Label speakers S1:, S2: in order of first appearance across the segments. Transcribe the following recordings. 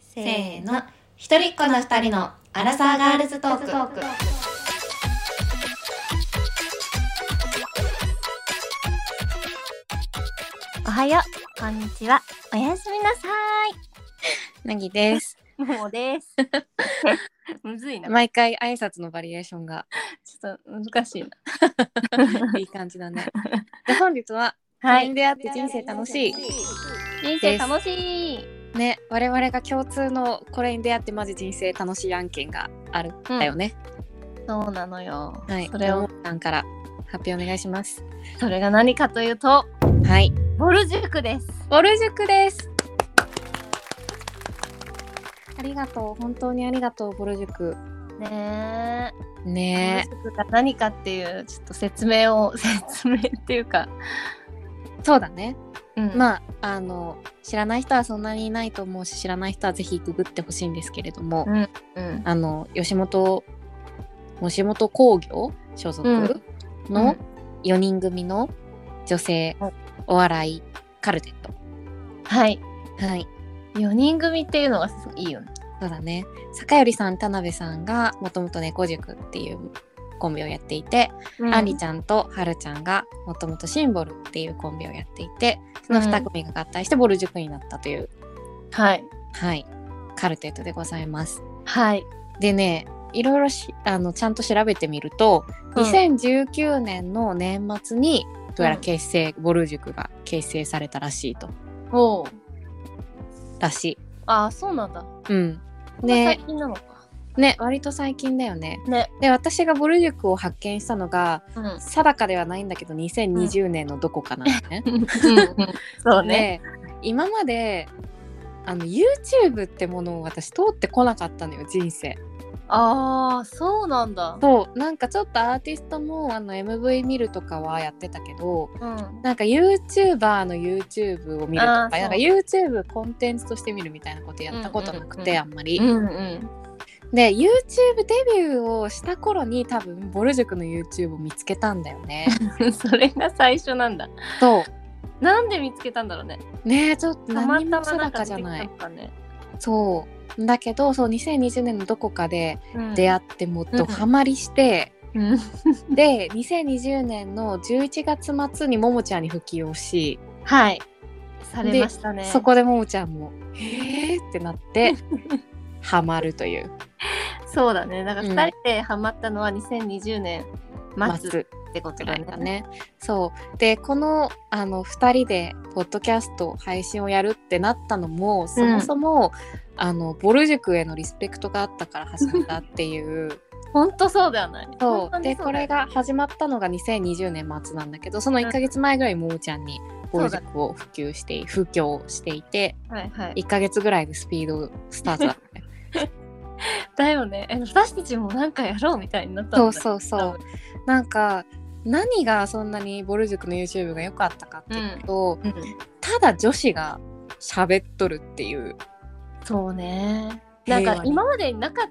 S1: せーの一人っ子の二人のアラサーガールズトーク
S2: おはようこんにちはおやすみなさ
S3: なぎです。
S2: いももですむずいな、
S3: 毎回挨拶のバリエーションが
S2: ちょっと難しいない
S3: い感じだね。で本日は
S2: は
S3: 他人
S2: い
S3: であって人生楽しい。
S2: 人生楽しい、
S3: ね、我々が共通のこれに出会ってマジ人生楽しい案件があるんだよね。
S2: そうなのよ、
S3: はい。
S2: それを
S3: さんから発表お願いします。
S2: それが何かというと
S3: はい。
S2: ボル塾です
S3: ボル塾です。ありがとう。本当にありがとう、ボル塾。
S2: ねえ、
S3: ね
S2: ボル塾が何かっていうちょっと説明を 説明っていうか、
S3: そうだね。
S2: うんあ
S3: まあ、あの、知らない人はそんなにいないと思うし、知らない人はぜひググってほしいんですけれども、
S2: うん
S3: あの吉本吉本興業所属
S2: う
S3: の
S2: ん
S3: 4人組の女性
S2: はい
S3: お笑いカルテット。
S2: はい
S3: はい、
S2: 四人組っていうのがすごいいいよね
S3: そうだね坂寄さん田辺さんがもともと猫塾っていうコンビをやっていて、あんりちゃんとはるちゃんがもともとシンボルっていうコンビをやっていてその2組が合体してボル塾になったという、
S2: はい
S3: はい、カルテットでございます。
S2: はい
S3: でねいろいろしあのちゃんと調べてみると、
S2: うん
S3: 2019年の年末にどうや
S2: う
S3: ら
S2: ん
S3: 結成、ボル塾が結成されたらしいと
S2: おう
S3: らしい。
S2: ああそうなんだ
S3: うん、
S2: ね
S3: で
S2: 最近なのか
S3: ね割と最近だよね。
S2: ね
S3: で私がボル塾を発見したのが
S2: うん
S3: 定かではないんだけど2020年のどこかなのね。
S2: そうね
S3: で今まであの YouTube ってものを私通ってこなかったのよ人生。
S2: ああそうなんだ
S3: そうなんかちょっとアーティストもあの MV 見るとかはやってたけど、
S2: うん
S3: なんか YouTuber の YouTube を見ると
S2: あーそ
S3: か
S2: う
S3: なんか YouTube コンテンツとして見るみたいなことやったことなくて、
S2: うんうんうん
S3: あんまり。
S2: うんうん
S3: で YouTube デビューをした頃に多分ボル塾の YouTube を見つけたんだよ ね。
S2: それが最初なんだ
S3: と
S2: なんで見つけたんだろうね
S3: ねえちょっ
S2: た
S3: と
S2: ま
S3: 何にも
S2: たまな
S3: 定
S2: んか
S3: か
S2: 出
S3: じゃ
S2: てき
S3: な
S2: た
S3: い
S2: の。かね
S3: そうだけどそう2020年のどこかで
S2: うん
S3: 出会ってもっとハマりして、
S2: うん
S3: で2020年の11月末にももちゃんに復帰をし、
S2: はいされましたね
S3: そこでももちゃんも「えー!」ってなって ハマるという。
S2: そうだねだから
S3: うん
S2: 2人でハマったのは2020年
S3: 待
S2: 末っ
S3: つ
S2: てこと
S3: ぐ
S2: だ
S3: ら
S2: ね
S3: いだね。そうでこのあの2人でポッドキャスト配信をやるってなったのもそもそも、あのボル塾へのリスペクトがあったから始めたっていう
S2: ほんとそうではない
S3: そ
S2: 本当
S3: う
S2: に
S3: で
S2: そ
S3: こ
S2: うだ
S3: れ
S2: よ
S3: が始まったのが2020年末なんだけどその1か月前ぐらいにももちゃんにボル塾を普及して布教していて
S2: はいはい
S3: 1か月ぐらいでスピードスタートだったね
S2: だよねえ私たちもなんかやろうみたいになった
S3: そ
S2: ん
S3: う
S2: だ
S3: そうそうなんか何がそんなにボル塾の YouTube が良かったかっていうと、
S2: うん
S3: ただ女子が喋っとるっていう
S2: そうねなん
S3: 平
S2: か
S3: 和に
S2: 今までになか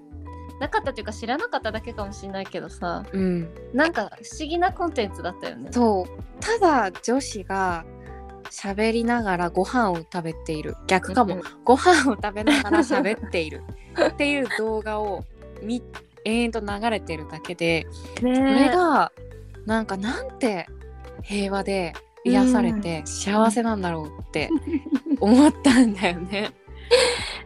S2: なかったというか知らなかっただけかもしれないけどさ
S3: うん、
S2: なんか不思議なコンテンツだったよね
S3: そうただ女子が喋りながらご飯を食べている逆かも、
S2: うん
S3: ご飯を食べながら喋っているっていう動画を見延々と流れてるだけで
S2: ね
S3: それがなんかなんて平和で癒されて幸せなんだろうって思ったんだよね。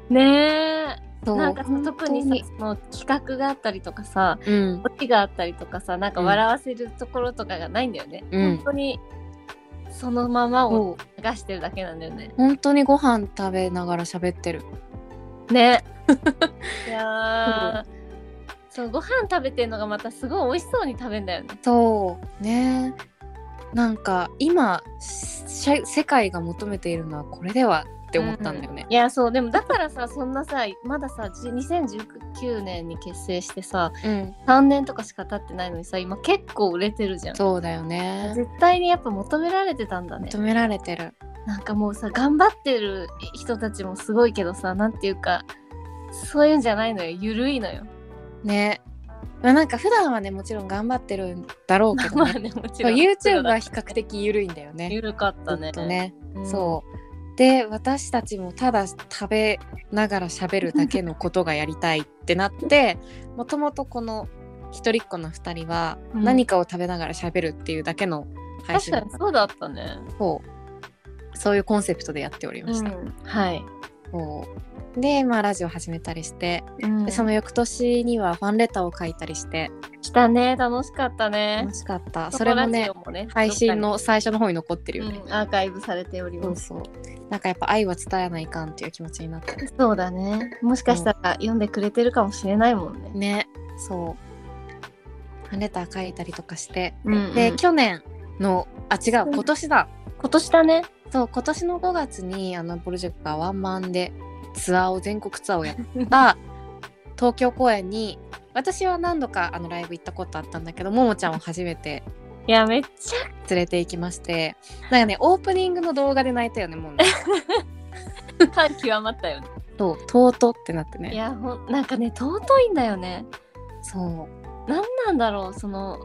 S2: ね
S3: そう
S2: なんかさ
S3: 本当
S2: 特にさその企画があったりとかさ
S3: うん
S2: オチがあったりとかさなんか
S3: うん
S2: 笑わせるところとかがないんだよね、
S3: うん
S2: 本当にそのままを
S3: そう
S2: 流してるだけなんだよね
S3: 本当にご飯食べながら喋ってる
S2: ね いやーそうご飯食べてるのがまたすごい美味しそうに食べんだよね
S3: そうねなんか今し世界が求めているのはこれではって思ったんだよね
S2: う。いやそうでもだからさそんなさまださじ2019年に結成してさ
S3: うん
S2: 3年とかしか経ってないのにさ今結構売れてるじゃん
S3: そうだよね。
S2: 絶対にやっぱ求められてたんだね
S3: 求められてる。
S2: なんかもうさ頑張ってる人たちもすごいけどさなんていうかそういうんじゃないのよゆるいの よ
S3: ね。まあ、なんか普段はねもちろん頑張ってるんだろうけど
S2: まあ
S3: ね。
S2: ねもち
S3: そ
S2: ろ
S3: う YouTube は
S2: が
S3: 比較的緩いんだよね。
S2: ゆるかった
S3: ずっ
S2: ね
S3: とね、
S2: うん
S3: そうで私たちもただ食べながら喋るだけのことがやりたいってなってもともとこの一人っ子の2人は
S2: うん
S3: 何かを食べながら喋るっていうだけの配
S2: 確
S3: 信
S2: か
S3: だっ
S2: に
S3: た
S2: そうだったね。
S3: そうそういうコンセプトでやっておりました。
S2: はい。
S3: そうで、まあ、ラジオ始めたりして、
S2: うん
S3: でその翌年にはファンレターを書いたりして
S2: したね楽しかったね
S3: 楽。しかったそれもね
S2: そこラジオもね
S3: 配信の最初の方に残ってるよね、
S2: うんアーカイブされており
S3: そ
S2: ま
S3: う
S2: す。
S3: そうなんかやっぱ愛は伝えないかんっていう気持ちになった
S2: そうだね。もしかしたら読んでくれてるかもしれないもんね。
S3: ねそうファンレター書いたりとかして、
S2: うん
S3: で
S2: うん
S3: 去年のあ違う今年だ
S2: 今年だね。
S3: そう今年の5月にあのプロジェクトがワンマンでツアーを全国ツアーを やった東京公演に私は何度かあのライブ行ったことあったんだけどももちゃんを初めて
S2: いやめっちゃ
S3: 連れて行きましてなんかねオープニングの動画で泣いたよねもうね
S2: 感極まったよね。
S3: そうとうとうってなって
S2: い
S3: ね
S2: やほんなんかね尊いんだよね。
S3: そ
S2: なんなんだろうその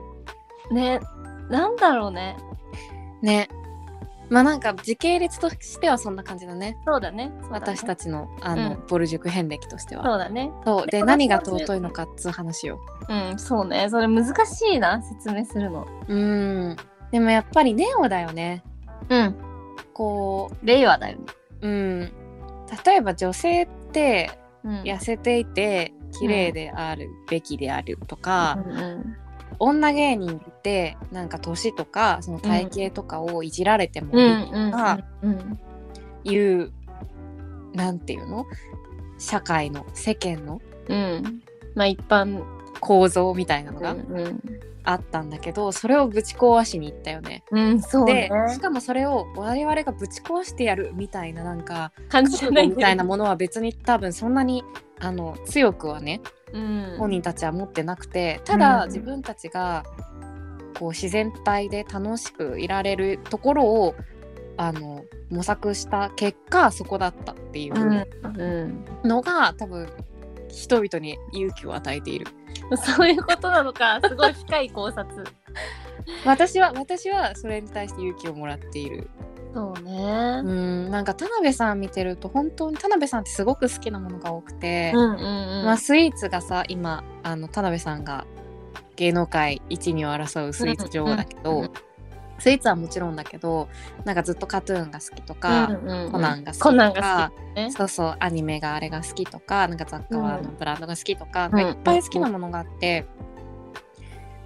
S2: ねなんだろうね。
S3: うねまあなんか時系列としてはそんな感じだね
S2: そうだね。
S3: 私た
S2: ち。
S3: ちのあの、
S2: うん
S3: ボル塾遍歴としては
S2: そうだね。
S3: そうで
S2: で
S3: 何が尊いのかっつう話を
S2: うんそうね。それ難しいな説明するの。
S3: うんでもやっぱりネオだよね
S2: うん。
S3: こう
S2: 令和だよね。
S3: うん、例えば女性って
S2: うん。
S3: 痩せていて綺麗であるべきであるとか、
S2: うんうん
S3: 女芸人ってなんか年とかその体型とかをいじられても
S2: う
S3: い
S2: ん
S3: い
S2: うんうん
S3: っていう、なんていうの社会の世間の
S2: うんうんまあ一般
S3: 構造みたいなの
S2: が
S3: があったんだけど、それをぶち壊しに行ったよね。
S2: うんそうね
S3: でしかもそれを我々がぶち壊してやるみたいななん か
S2: 感じじゃない
S3: みたいなものは別に多分そんなにあの強くはね
S2: うん
S3: 本人たちは持ってなくてただ
S2: うん
S3: 自分たちがこう自然体で楽しくいられるところをあの模索した結果そこだったっていううん
S2: うん
S3: のが、多分人々に勇気を与えている
S2: そういうことなのかすごい深い考 察
S3: 私は私はそれに対して勇気をもらっている
S2: そうね
S3: うんなんか田辺さん見てると本当に田辺さんってすごく好きなものが多くて、
S2: うんうんうん
S3: まあ、スイーツがさ今あの田辺さんが芸能界一二を争うスイーツ女王だけど、
S2: うんうんうん
S3: スイーツはもちろんだけどなんかずっとカトゥーンが好きとか、
S2: うんうん
S3: コナンが好きとか
S2: コナンが好き
S3: そうそうアニメがあれが好きとかなんか雑貨はあのブランドが好きとか,、
S2: ん
S3: いっぱい好きなものがあって、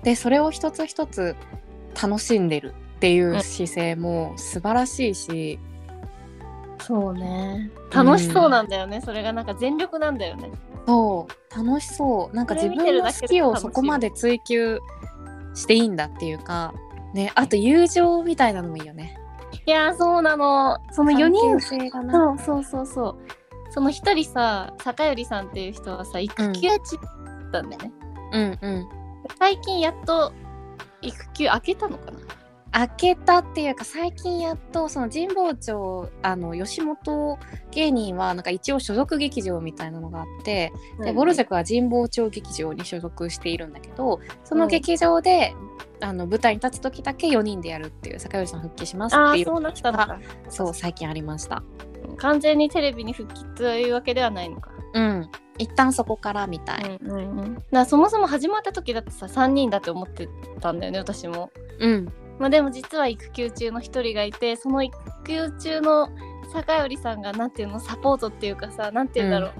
S3: でそれを一つ一つ楽しんでるっていう姿勢も素晴らしいし、
S2: そうね楽しそうなんだよねそれがなんか全力なんだよね
S3: そう楽しそうなんか自分の好きをそこまで追求していいんだっていうか、ね、あと友情みたいなのもいいよね。
S2: いやーそうなのその4人
S3: 関係性がな
S2: そうそうそうそうその一人さ坂寄さんっていう人はさ育休中だったんだよね、
S3: うんうん
S2: 最近やっと育休明けたのかな
S3: 開けたっていうか最近やっとその神保町あの吉本芸人はなんか一応所属劇場みたいなのがあって、でボルジェクは神保町劇場に所属しているんだけどその劇場で、あの舞台に立つ時だけ4人でやるっていう坂寄さん復帰しますっ
S2: あ
S3: てい
S2: あ
S3: う
S2: そうなったのか
S3: そう最近ありました。
S2: 完全にテレビに復帰というわけではないのか、
S3: うん一旦そこからみたい。
S2: うんうんうんだからそもそも始まった時だってさ3人だって思ってたんだよね私も、
S3: うん
S2: まあ、でも実は育休中の一人がいてその育休中の坂寄さんがなんていうのサポートっていうかさなんていうんだろう、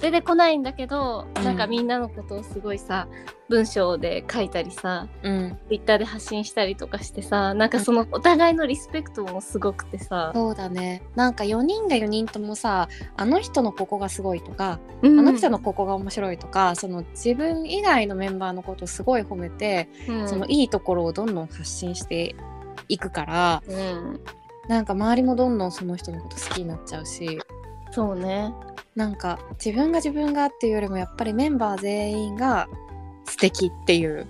S2: 出てこないんだけど、
S3: うん
S2: なんかみんなのことをすごいさ文章で書いたりさ
S3: うん、
S2: Twitter で発信したりとかしてさなんかそのお互いのリスペクトもすごくてさ、
S3: そうだねなんか4人が4人ともさあの人のここがすごいとか、
S2: うん
S3: あの人のここが面白いとかその自分以外のメンバーのことをすごい褒めて、
S2: うん
S3: そのいいところをどんどん発信していくから
S2: うん、
S3: なんか周りもどんどんその人のこと好きになっちゃうし
S2: そうね
S3: なんか自分が自分がっていうよりもやっぱりメンバー全員が素敵っていう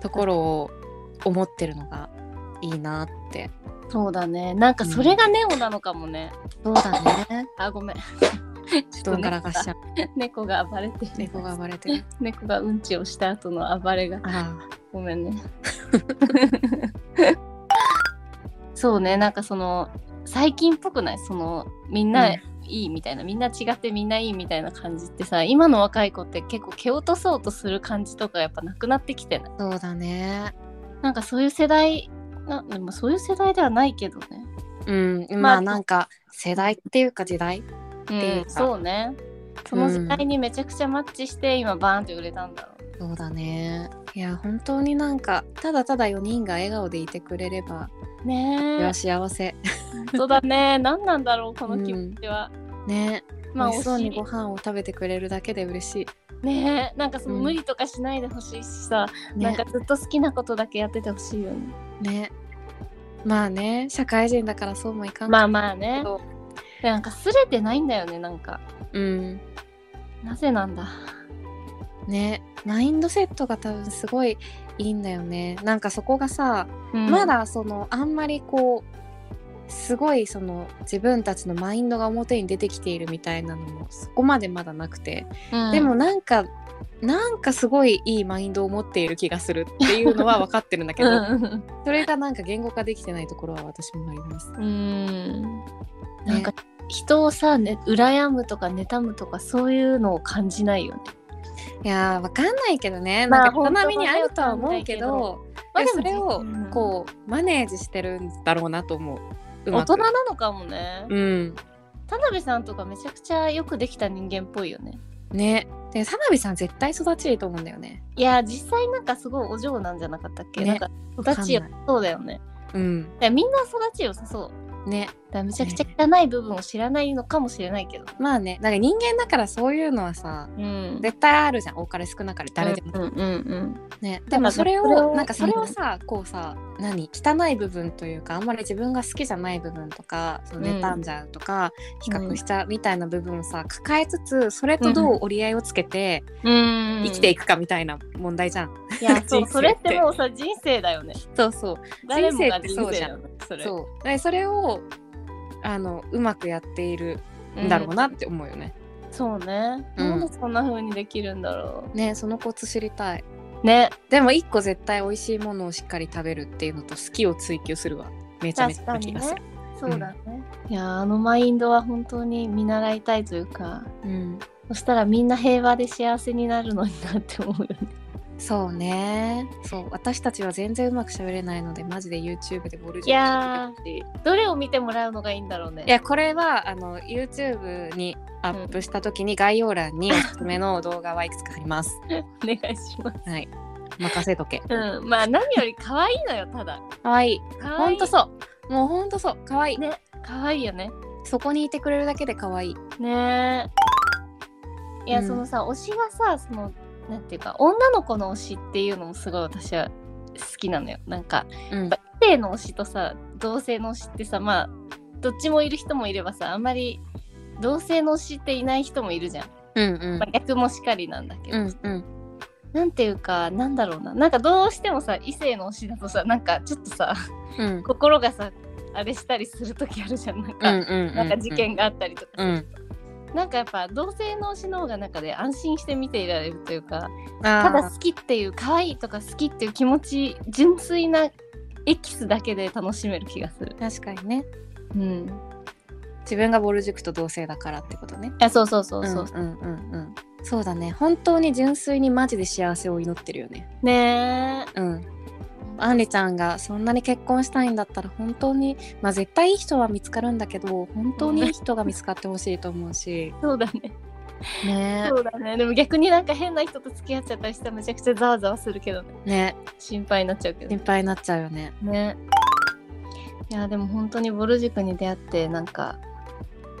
S3: ところを思ってるのがいいなって。
S2: そうだねなんかそれがネオなのかもね、
S3: そうだね
S2: あごめん ちょ
S3: ど
S2: っと
S3: んが
S2: 猫
S3: らか
S2: が
S3: しちゃう
S2: 猫が暴れてる
S3: 猫が暴れてる。
S2: 猫がうんちをした後の暴れが
S3: ああ
S2: ご めんねそうねなんかその最近っぽくないそのみん
S3: う
S2: なんいいみたいな、みんな違ってみんないいみたいな感じってさ今の若い子って結構蹴落とそうとする感じとかやっぱなくなってきてない
S3: そうだね。
S2: なんかそういう世代なでもそういう世代ではないけどね、
S3: うん、まあ、
S2: まあ
S3: なんか世代っていうか時代。
S2: うん、そうねその時代にめちゃくちゃマッチして、今バーンって売れたんだろう
S3: そうだね。いや本当になんかただただ4人が笑顔でいてくれれば、い
S2: ね
S3: や
S2: え
S3: 幸せ。
S2: 本当だね何なんだろうこの気持ちは、
S3: ね、
S2: まあ
S3: 美味しそう
S2: お
S3: に
S2: 尻
S3: ご飯を食べてくれるだけで嬉し
S2: ねえなんかその
S3: うん
S2: 無理とかしないでほしいしさ、
S3: い。ね、
S2: なんかずっと好きなことだけやっててほしいよね
S3: ね。まあね、社会人だからそうもいかん
S2: まあ
S3: あ
S2: まあね
S3: そ
S2: でなんかすれてないんだよねなんか
S3: うん。
S2: なぜなんだ
S3: ね、マインドセットが多分すごいいいんだよね。なんかそこがさ、
S2: うん
S3: まだそのあんまりこうすごいその自分たちのマインドが表に出てきているみたいなのもそこまでまだなくて、
S2: うん
S3: でもなんかなんかすごいいいマインドを持っている気がするっていうのは分かってるんだけ
S2: う
S3: ど、
S2: ん
S3: それがなんか言語化できてないところは私もあります。
S2: うんなんか人をさ、ね、羨むとか妬むとかそういうのを感じないよね
S3: いやー分かんないけどね、
S2: まあ
S3: なんか人並みにあるとは思うけ
S2: 本
S3: ど
S2: まあ
S3: で
S2: でも
S3: それを
S2: うん
S3: こうマネージしてるんだろうなと思う。
S2: 大
S3: うまく
S2: 人なのかもね、
S3: うん
S2: 田辺さんとかめちゃくちゃよくできた人間っぽいよね
S3: ねで田辺さん絶対育ちいいと思うんだよね。
S2: いや実際なんかすごいお嬢なんじゃなかったっけ、
S3: ね
S2: なんか育ちよ
S3: わかん
S2: そうだよね
S3: うん
S2: いやみんな育ちよさそう
S3: ね
S2: だからめちゃくちゃ汚い部分を知らないのかもしれないけど、
S3: まあねだから人間だからそういうのはさ
S2: うん、
S3: 絶対あるじゃん多かれ少なかれ誰でも、
S2: うんうんうん
S3: ねで
S2: でも
S3: もそれを
S2: それを
S3: なんかそれをさ、こうさ何汚い部分というかあんまり自分が好きじゃない部分とかその
S2: うん
S3: 妬んじゃうとか、比較しちゃうみたいな部分をさ抱えつつそれとどう折り合いをつけて
S2: うん、うん、
S3: 生きていくかみたいな問題じゃん、
S2: いやそう
S3: 人生って
S2: それってもうさ人生だよね
S3: そうそう
S2: 誰もが
S3: 人生って
S2: 人
S3: そう
S2: 生
S3: じ
S2: だ
S3: ゃ
S2: よねそれ
S3: そうでそれをあのうまくやっているんだろうなって思うよね、
S2: うんそうね、
S3: うん
S2: なんでそんな風にできるんだろ
S3: ねそのコツ知りたいう
S2: ね
S3: でも一個絶対美味しいものをしっかり食べるっていうのと好きを追求するはめちゃめち
S2: 確
S3: ゃ
S2: か
S3: な気
S2: に
S3: が
S2: ね
S3: する。
S2: そうだね、いやあのマインドは本当に見習いたいというか
S3: うん、
S2: そしたらみんな平和で幸せになるのになって思うよね
S3: そうね。そう私たちは全然うまく喋れないのでマジで YouTube でボルジ
S2: い
S3: ョン
S2: や
S3: 聞いてほしい。
S2: どれを見てもらうのがいいんだろうね
S3: いやこれはあの YouTube にアップした時に概要欄におすすめの動画はいくつかあ ります。
S2: お願いします
S3: はい。任せとけ。
S2: うんまあ何より可愛いのよただ
S3: 可愛い
S2: 可
S3: ほ
S2: 愛
S3: ん
S2: い
S3: とそう。もうほんとそう。可愛い
S2: ね可愛いよね
S3: そこにいてくれるだけで可愛い
S2: ねえいや、
S3: うん
S2: そのさ推しがさそのなんていうか女の子の推しっていうのもすごい私は好きなのよなんか
S3: うん
S2: やっぱ異性の推しとさ同性の推しってさまあどっちもいる人もいればさあんまり同性の推しっていない人もいるじゃん、
S3: うんうん
S2: まあ、逆もしかりなんだけど、
S3: うんうん
S2: なんていうかなんだろうななんかどうしてもさ異性の推しだとさなんかちょっとさ
S3: うん
S2: 心がさあれしたりする時あるじゃんなん
S3: う
S2: か、
S3: んうん
S2: なんか事件があったりとか
S3: う
S2: さ
S3: ん
S2: なんかやっぱ同性の推しの方がなんかで安心して見ていられるというか
S3: た
S2: ただ好きっていう可愛いとか好きっていう気持ち純粋なエキスだけで楽しめる気がする。
S3: 確かにね
S2: うん、
S3: 自分がボル塾と同性だからってことね
S2: あそうそうそう
S3: う
S2: そう。
S3: んうんうんうんそうだね本当に純粋にマジで幸せを祈ってるよね
S2: ね
S3: うんあんりちゃんがそんなに結婚したいんだったら本当にまあ絶対いい人は見つかるんだけど本当にいい人が見つかってほしいと思うし
S2: えそうだね。
S3: ね
S2: そうだね。でも逆になんか変な人と付き合っちゃったりしたらめちゃくちゃざわざわするけどね
S3: ね
S2: 心配になっちゃうけど
S3: 心配になっちゃうよね
S2: ね。いやでも本当にボル塾に出会ってなんか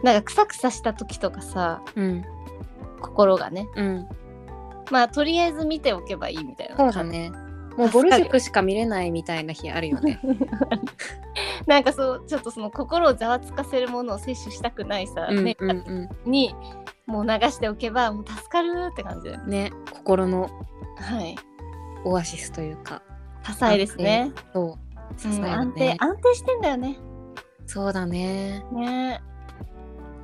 S2: なんかクサクサした時とかさ
S3: うん
S2: 心がね
S3: うん
S2: まあとりあえず見ておけばいいみたいな
S3: そ
S2: 感
S3: う
S2: じ
S3: だねもうボル塾しか見れないみたいな日あるよね
S2: なんかそうちょっとその心をざわつかせるものを摂取したくないさ、
S3: うん
S2: ね
S3: うんう
S2: にもう流しておけばもう助かるって感じだよね
S3: んね心の
S2: はい
S3: オアシスというか
S2: 多彩ですね
S3: そう支え
S2: うん
S3: だ
S2: 安定
S3: ね、
S2: 安定してんだよね
S3: そうだね
S2: ね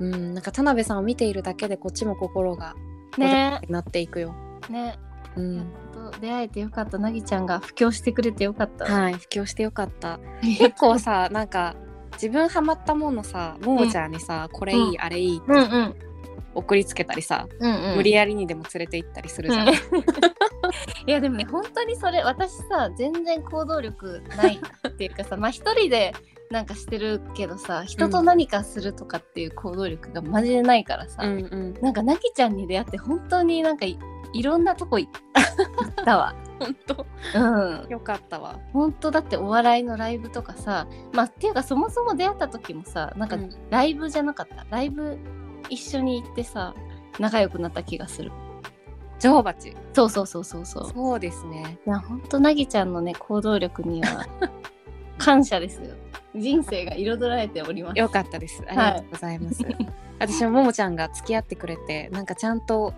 S3: うんなんか田辺さんを見ているだけでこっちも心が穏や
S2: ね
S3: かになっていくよ、
S2: ね、
S3: う
S2: や
S3: ん、
S2: っと出会えてよかったなぎちゃんが布教してくれてよかった、
S3: はい布教してよかった結構さなんか 自分ハマったものさももちゃんにさ、これいい、
S2: うん
S3: あれいいって
S2: うんうん
S3: 送りつけたりさ、
S2: うんうん
S3: 無理やりにでも連れて行ったりするじゃん、
S2: うん いやでもね本当にそれ私さ全然行動力ないっていうか さまあ一人でなんかしてるけどさ人と何かするとかっていう行動力がマジでないからさ、
S3: うんうん
S2: なんかなきちゃんに出会って本当になんかいいろんなとこ行行った わ。
S3: 本当
S2: うん
S3: よかったわ
S2: 本当だってお笑いのライブとかさまあっていうかそもそも出会った時もさなんか
S3: うん
S2: ライブじゃなかった、ライブ一緒に行ってさ仲良くなった気がする
S3: 女王蜂
S2: そうそうそうそうそう
S3: そうですね
S2: いやほんとなぎちゃんのね行動力に は感謝ですよ人生が彩られてお ります
S3: よかったですありがとうござい ます、私もももちゃんが付き合ってくれてなんかちゃんと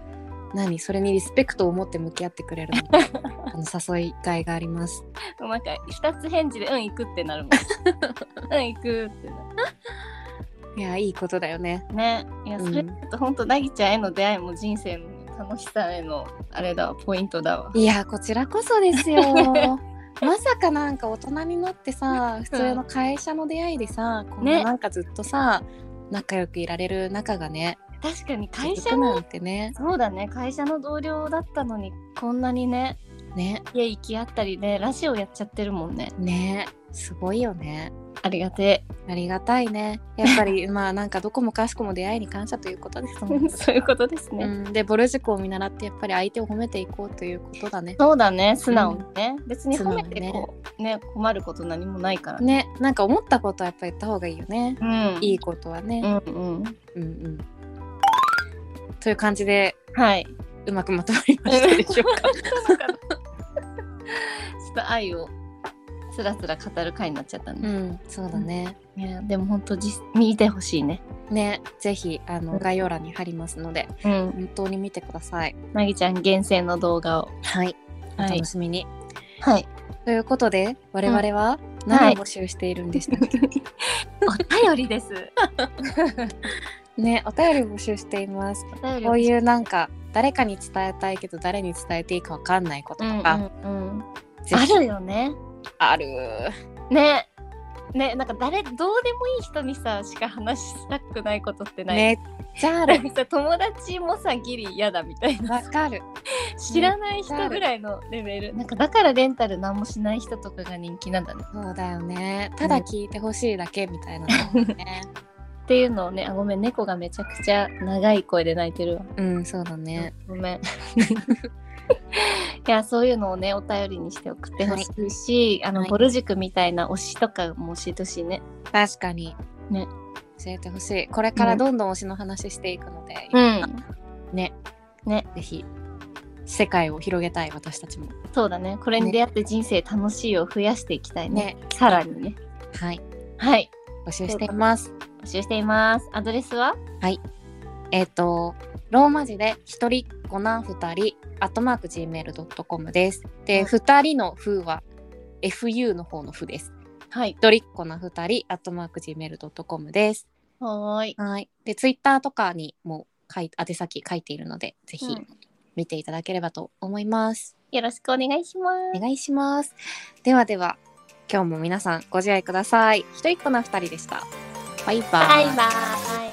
S3: 何それにリスペクトを持って向き合ってくれるので あの誘いがいがあります
S2: なんか二つ返事で「うん行く」ってなるもん「うん行く」ってない
S3: やいいことだよね
S2: るねいや
S3: うん
S2: それだとほんとなぎちゃんへの出会いも人生の楽しさへのあれだわポイントだわ
S3: いやこちらこそで すよまさかなんか大人になってさ普通の会社の出会いでさ、こんな
S2: ね
S3: なんかずっとさ仲良くいられる仲がね
S2: 確かに会
S3: 続
S2: 社
S3: く
S2: の
S3: なんてね
S2: そうだね会社の同僚だったのにこんなにね
S3: ね
S2: 家行き合ったりねラジオやっちゃってるもんね
S3: ねすごいよね
S2: ありがて
S3: ありがたいねやっぱり まあなんかどこもかしこも出会いに感謝ということですもん
S2: え そういうことですね、
S3: うん、でぼる塾を見習ってやっぱり相手を褒めていこうということだね。
S2: そうだね素直にね、別に褒めて
S3: 素直にね
S2: こうね困ること何もないからね
S3: ねなんか思ったことはやっぱり言った方がいいよね。
S2: うん
S3: いいことは
S2: う
S3: ね。
S2: んうん
S3: うんうん、という感じで
S2: はいう
S3: まくまとまりましたでしょう か。
S2: ちょっと愛をつらつら語る回になっちゃった
S3: う
S2: ね、
S3: んそうだね。
S2: いやでも本当実見てほしいね
S3: ねぜひあ
S2: う
S3: の
S2: ん
S3: 概要欄に貼りますので
S2: うん
S3: 本当に見てください。
S2: なぎちゃん厳選の動画を
S3: はいお楽しみに。
S2: はい
S3: ということで我々は何を募集しているんでしたっけ、
S2: お便りです
S3: ねお便り募集しています。
S2: お便り
S3: こう
S2: う
S3: いうなんか誰かに伝えたいけど誰に伝えていいかわかんないこと
S2: ん
S3: と
S2: う
S3: か、
S2: んうん
S3: ぜ
S2: あ
S3: ひ
S2: るよね
S3: ある
S2: ねねなんか誰どうでもいい人にさしか話したくないことってない、
S3: めっちゃ ある
S2: さ友達もさギリ嫌だみたいな
S3: わかる
S2: 知らない人ぐらいのレベルなんかだからレンタル何もしない人とかが人気なんだね
S3: そうだよねただ聞いてほしいだけみたいなのね
S2: っていうのをねあごめん猫がめちゃくちゃ長い声で泣いてるわ
S3: うんそうだね
S2: ごめん いやそういうのをねお便りにして送ってほしいし、あの、
S3: はい
S2: ボル塾みたいな推しとかも教えてほしいね
S3: 確かに
S2: ね
S3: 教えてほしいこれからどんどん推しの話していくので、
S2: うん
S3: ね
S2: ね
S3: ぜひ世界を広げたい私たちも
S2: そうだねこれに出会って人生楽しいを増やしていきたいね
S3: ね
S2: さらにね
S3: はい
S2: はい
S3: 募集しています
S2: 募集していますアドレスは
S3: えっ、とローマ字で一人っ子な二人アットマーク gmail.com ですで、
S2: うん
S3: 二人のふは fu の方のふです
S2: はい
S3: 一人っ子な二人アットマーク gmail.com です
S2: はーい
S3: はいでツイッターとかにも書い宛先書いているのでぜひ
S2: うん
S3: 見ていただければと思います、
S2: よろしくお願いします
S3: お願いしますではでは今日も皆さんご自愛ください一人っ子な二人でしたバイバイ
S2: バイバイ